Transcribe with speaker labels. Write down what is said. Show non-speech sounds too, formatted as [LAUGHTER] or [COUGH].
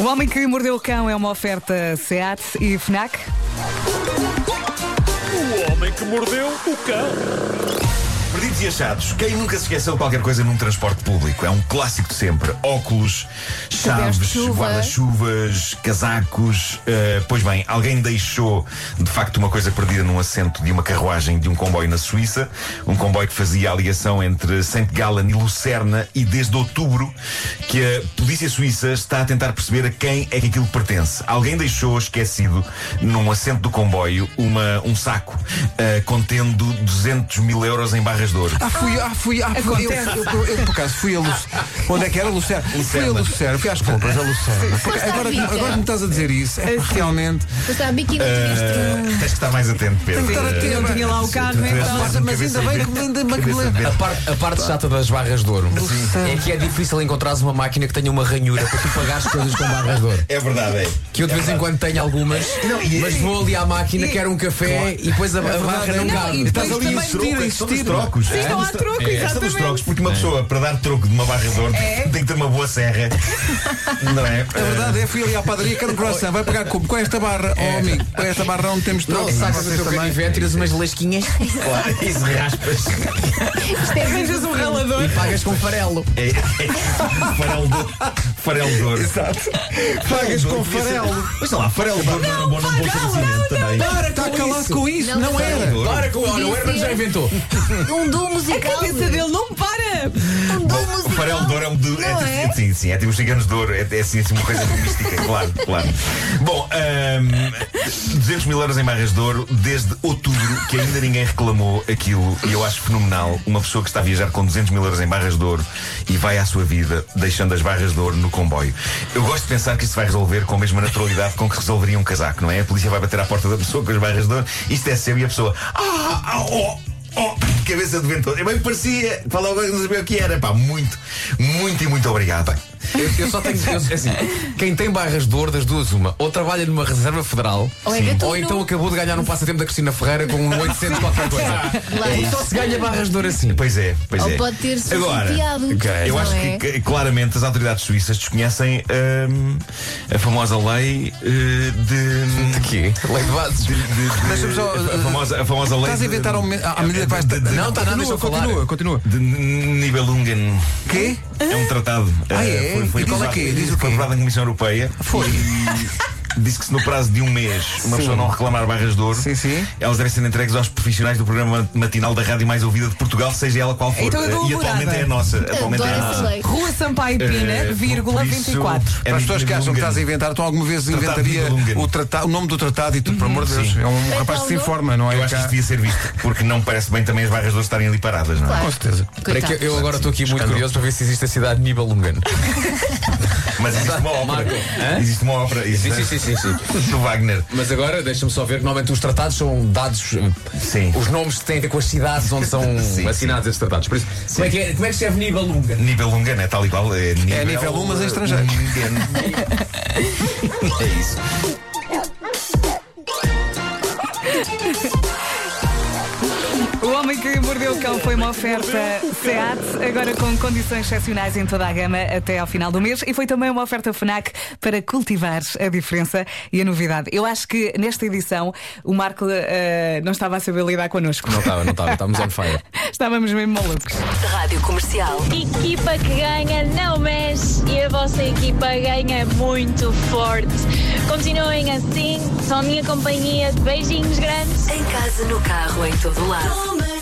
Speaker 1: O Homem que Mordeu o Cão é uma oferta SEAT e FNAC.
Speaker 2: O homem que mordeu o cão.
Speaker 3: Perdidos e achados. Quem nunca se esqueceu de qualquer coisa num transporte público? É um clássico de sempre. Óculos,
Speaker 1: Chapéus de
Speaker 3: chaves,
Speaker 1: chuva.
Speaker 3: guarda-chuvas, casacos. Eh, pois bem, alguém deixou de facto uma coisa perdida num assento de uma carruagem de um comboio na Suíça. Um comboio que fazia a ligação entre St. Gallen e Lucerna e desde outubro que a polícia suíça está a tentar perceber a quem é que aquilo pertence. Alguém deixou esquecido num assento do comboio uma- um saco eh, contendo 200 mil euros em barras de ouro.
Speaker 4: Ah, fui, ah, fui, ah, fui. Eu, eu, eu, eu, por acaso fui a Lucerna. Onde é que era Lucerna? Fui a
Speaker 3: Lucerna.
Speaker 4: Lucerna, fui às compras a Lucerna. Porque Agora, que- agora que me estás a dizer isso, é porque realmente.
Speaker 5: Mas há biquíni
Speaker 3: Eh, [LAUGHS] tens
Speaker 5: uh...
Speaker 3: que estar mais atento,
Speaker 4: Tem
Speaker 3: Pedro.
Speaker 4: que estar
Speaker 3: Eh,
Speaker 4: atento.
Speaker 1: Eu não tinha lá o carro,
Speaker 3: Mas-
Speaker 1: então.
Speaker 3: mas-
Speaker 4: Mas ainda bem [LAUGHS] que me ainda bem que me
Speaker 3: Cabeça de
Speaker 4: lembro.
Speaker 3: vento.
Speaker 6: A parte, a parte chata das barras de ouro
Speaker 4: Sim.
Speaker 6: é que é difícil encontrares uma máquina que tenha uma ranhura para tu pagares coisas com barras de ouro.
Speaker 3: É verdade, é.
Speaker 6: Que eu de vez em quando tenho algumas, mas vou ali à máquina, quero um café e depois a, a barra não
Speaker 1: É e
Speaker 6: cabe.
Speaker 1: depois
Speaker 4: Estás ali a
Speaker 1: também-
Speaker 4: insistir, a
Speaker 3: São dos
Speaker 4: insistir.
Speaker 3: trocos. é?
Speaker 1: Estão há troco,
Speaker 3: É, são dos trocos,
Speaker 1: exatamente.
Speaker 3: porque uma pessoa, para dar troco de uma barra de ouro, tem que ter uma boa serra. Não é?
Speaker 4: A verdade é, fui ali à padaria, quero um croissant, vai pagar como? Com esta barra, oh amigo, com esta barra não temos
Speaker 6: É. Não,
Speaker 4: troco.
Speaker 6: sacas o
Speaker 4: Vocês
Speaker 6: teu
Speaker 4: também.
Speaker 6: canivete, tiras umas lasquinhas
Speaker 3: Eh, Claro, isso raspas.
Speaker 1: Arranjas
Speaker 6: é
Speaker 1: um ralador.
Speaker 6: e pagas com farelo.
Speaker 3: É, é, farelo de farelo de ouro.
Speaker 4: Exato. Pagas com farelo.
Speaker 3: Mas sei lá, farelo de ouro não era um bom nome para o nascimento também.
Speaker 6: Para,
Speaker 4: Está calado com isso,
Speaker 5: Não
Speaker 4: não
Speaker 5: sei.
Speaker 4: era.
Speaker 6: Para com o óleo, o Herman já inventou.
Speaker 5: Um duo
Speaker 1: A
Speaker 5: musical.
Speaker 1: cabeça dele não para.
Speaker 5: Um duo
Speaker 3: Bom, O
Speaker 5: musical.
Speaker 3: farelo de ouro é um de,
Speaker 5: Não
Speaker 3: é,
Speaker 5: é?
Speaker 3: Sim, sim, é tipo os ciganos de ouro, é, é assim, assim, uma coisa mística, [LAUGHS] claro, claro. Bom, ahm, 200 mil euros em barras de ouro desde outubro, que ainda ninguém reclamou aquilo, e eu acho fenomenal uma pessoa que está a viajar com 200 mil euros em barras de ouro e vai à sua vida deixando as barras de ouro no comboio. Eu gosto de pensar que isto vai resolver com a mesma naturalidade com que resolveria um casaco, não é? A polícia vai bater à porta da pessoa com as barras de ouro, isto é seu, e a pessoa. Ah, ah, oh!
Speaker 5: É.
Speaker 3: Oh, cabeça de ventoso. Eu bem que parecia. Falava agora que não sabia o que era. Pá, muito, muito e muito obrigado.
Speaker 6: Eu, eu só tenho. Eu, assim, quem tem barras de ouro, das duas, uma, ou trabalha numa reserva federal,
Speaker 5: Ou é gatuno.
Speaker 6: ou então acabou de ganhar um passatempo da Cristina Ferreira com um 800 qualquer [LAUGHS] coisa.
Speaker 5: Lá
Speaker 6: E
Speaker 5: está.
Speaker 6: só se ganha barras de ouro assim.
Speaker 3: Pois é, pois
Speaker 5: Ou
Speaker 3: é.
Speaker 5: pode ter sido
Speaker 3: Agora,
Speaker 5: sorteado,
Speaker 3: eu
Speaker 5: não
Speaker 3: acho
Speaker 5: é?
Speaker 3: que, que, claramente as autoridades suíças desconhecem hum, a famosa lei hum, de.
Speaker 6: De quê? Lei de bases.
Speaker 3: de- de- de-
Speaker 4: Deixa-me só, eh,
Speaker 3: a, famosa, a famosa lei.
Speaker 4: Estás a
Speaker 3: de-
Speaker 4: inventar um
Speaker 6: ah,
Speaker 4: momento- à medida que vais.
Speaker 6: Não, tá, não, deixa eu
Speaker 4: continua,
Speaker 6: falar.
Speaker 4: continua, continua.
Speaker 3: De Nibelungen.
Speaker 4: Quê?
Speaker 3: É um tratado.
Speaker 4: Ah, é?
Speaker 3: Foi, foi
Speaker 4: E diz o
Speaker 3: aprovado-
Speaker 4: quê? Diz o quê?
Speaker 3: Foi aprovado na Comissão Europeia.
Speaker 4: Foi.
Speaker 3: E [LAUGHS] Diz que se no prazo de um mês uma pessoa não reclamar barras de ouro,
Speaker 4: Sim, sim.
Speaker 3: elas devem ser entregues aos profissionais do programa matinal da rádio mais ouvida de Portugal, seja ela qual for.
Speaker 1: Então eu dou
Speaker 3: e
Speaker 1: a morada.
Speaker 3: atualmente é a nossa. Atualmente é a
Speaker 5: Adoro essa
Speaker 3: nossa.
Speaker 5: lei.
Speaker 1: Rua Sampaio Pina,
Speaker 3: Eh,
Speaker 1: vírgula
Speaker 3: por isso,
Speaker 1: 24.
Speaker 3: é
Speaker 4: Para as pessoas que acham que estás a
Speaker 3: Nibelungen.
Speaker 4: inventar, tu alguma vez
Speaker 3: Tratado
Speaker 4: inventaria
Speaker 3: Nibelungen.
Speaker 4: o, trata- o nome do tratado e tudo, por amor de Deus.
Speaker 3: Sim.
Speaker 4: É um
Speaker 5: Mas
Speaker 4: rapaz que se
Speaker 5: não-
Speaker 4: informa, não é?
Speaker 3: Eu acho
Speaker 4: cá?
Speaker 3: que isto devia ser visto, porque não parece bem também as barras de ouro estarem ali paradas, não é?
Speaker 5: Claro.
Speaker 4: Com certeza.
Speaker 6: Espera que eu- eu agora estou aqui muito
Speaker 3: Escândalo.
Speaker 6: curioso para ver se existe a cidade de Nibelungen.
Speaker 3: Mas existe uma ópera.
Speaker 6: Marco, hã?
Speaker 3: Existe uma ópera.
Speaker 6: Sim,
Speaker 3: existe-
Speaker 6: sim, sim, sim, sim.
Speaker 3: [LAUGHS] Do Wagner.
Speaker 6: Mas agora deixa-me só ver que normalmente os tratados são dados. eh,
Speaker 3: Sim.
Speaker 6: Os nomes que têm a ver com as cidades onde são
Speaker 3: Sim,
Speaker 6: assinados esses tratados. Por isso, como é que, é, como é que se escreve Nibelungen?
Speaker 3: Nibelungen é tal e qual. É nível,
Speaker 4: nível um, mas em estrangeiro.
Speaker 3: é isso.
Speaker 1: O Homem que Mordeu o Cão foi uma oferta SEAT, agora com condições excepcionais em toda a gama até ao final do mês. E foi também uma oferta FNAC para cultivar a diferença e a novidade. Eu acho que nesta edição o Marco eh, não estava a saber lidar connosco.
Speaker 6: Não estava, não estava, estávamos on fire.
Speaker 1: [LAUGHS] Estávamos mesmo malucos.
Speaker 7: Rádio Comercial.
Speaker 8: Equipa que ganha não mexe e a vossa equipa ganha muito forte. Continuem assim, são a minha companhia. Beijinhos grandes.
Speaker 7: Em casa, no carro, em todo lado.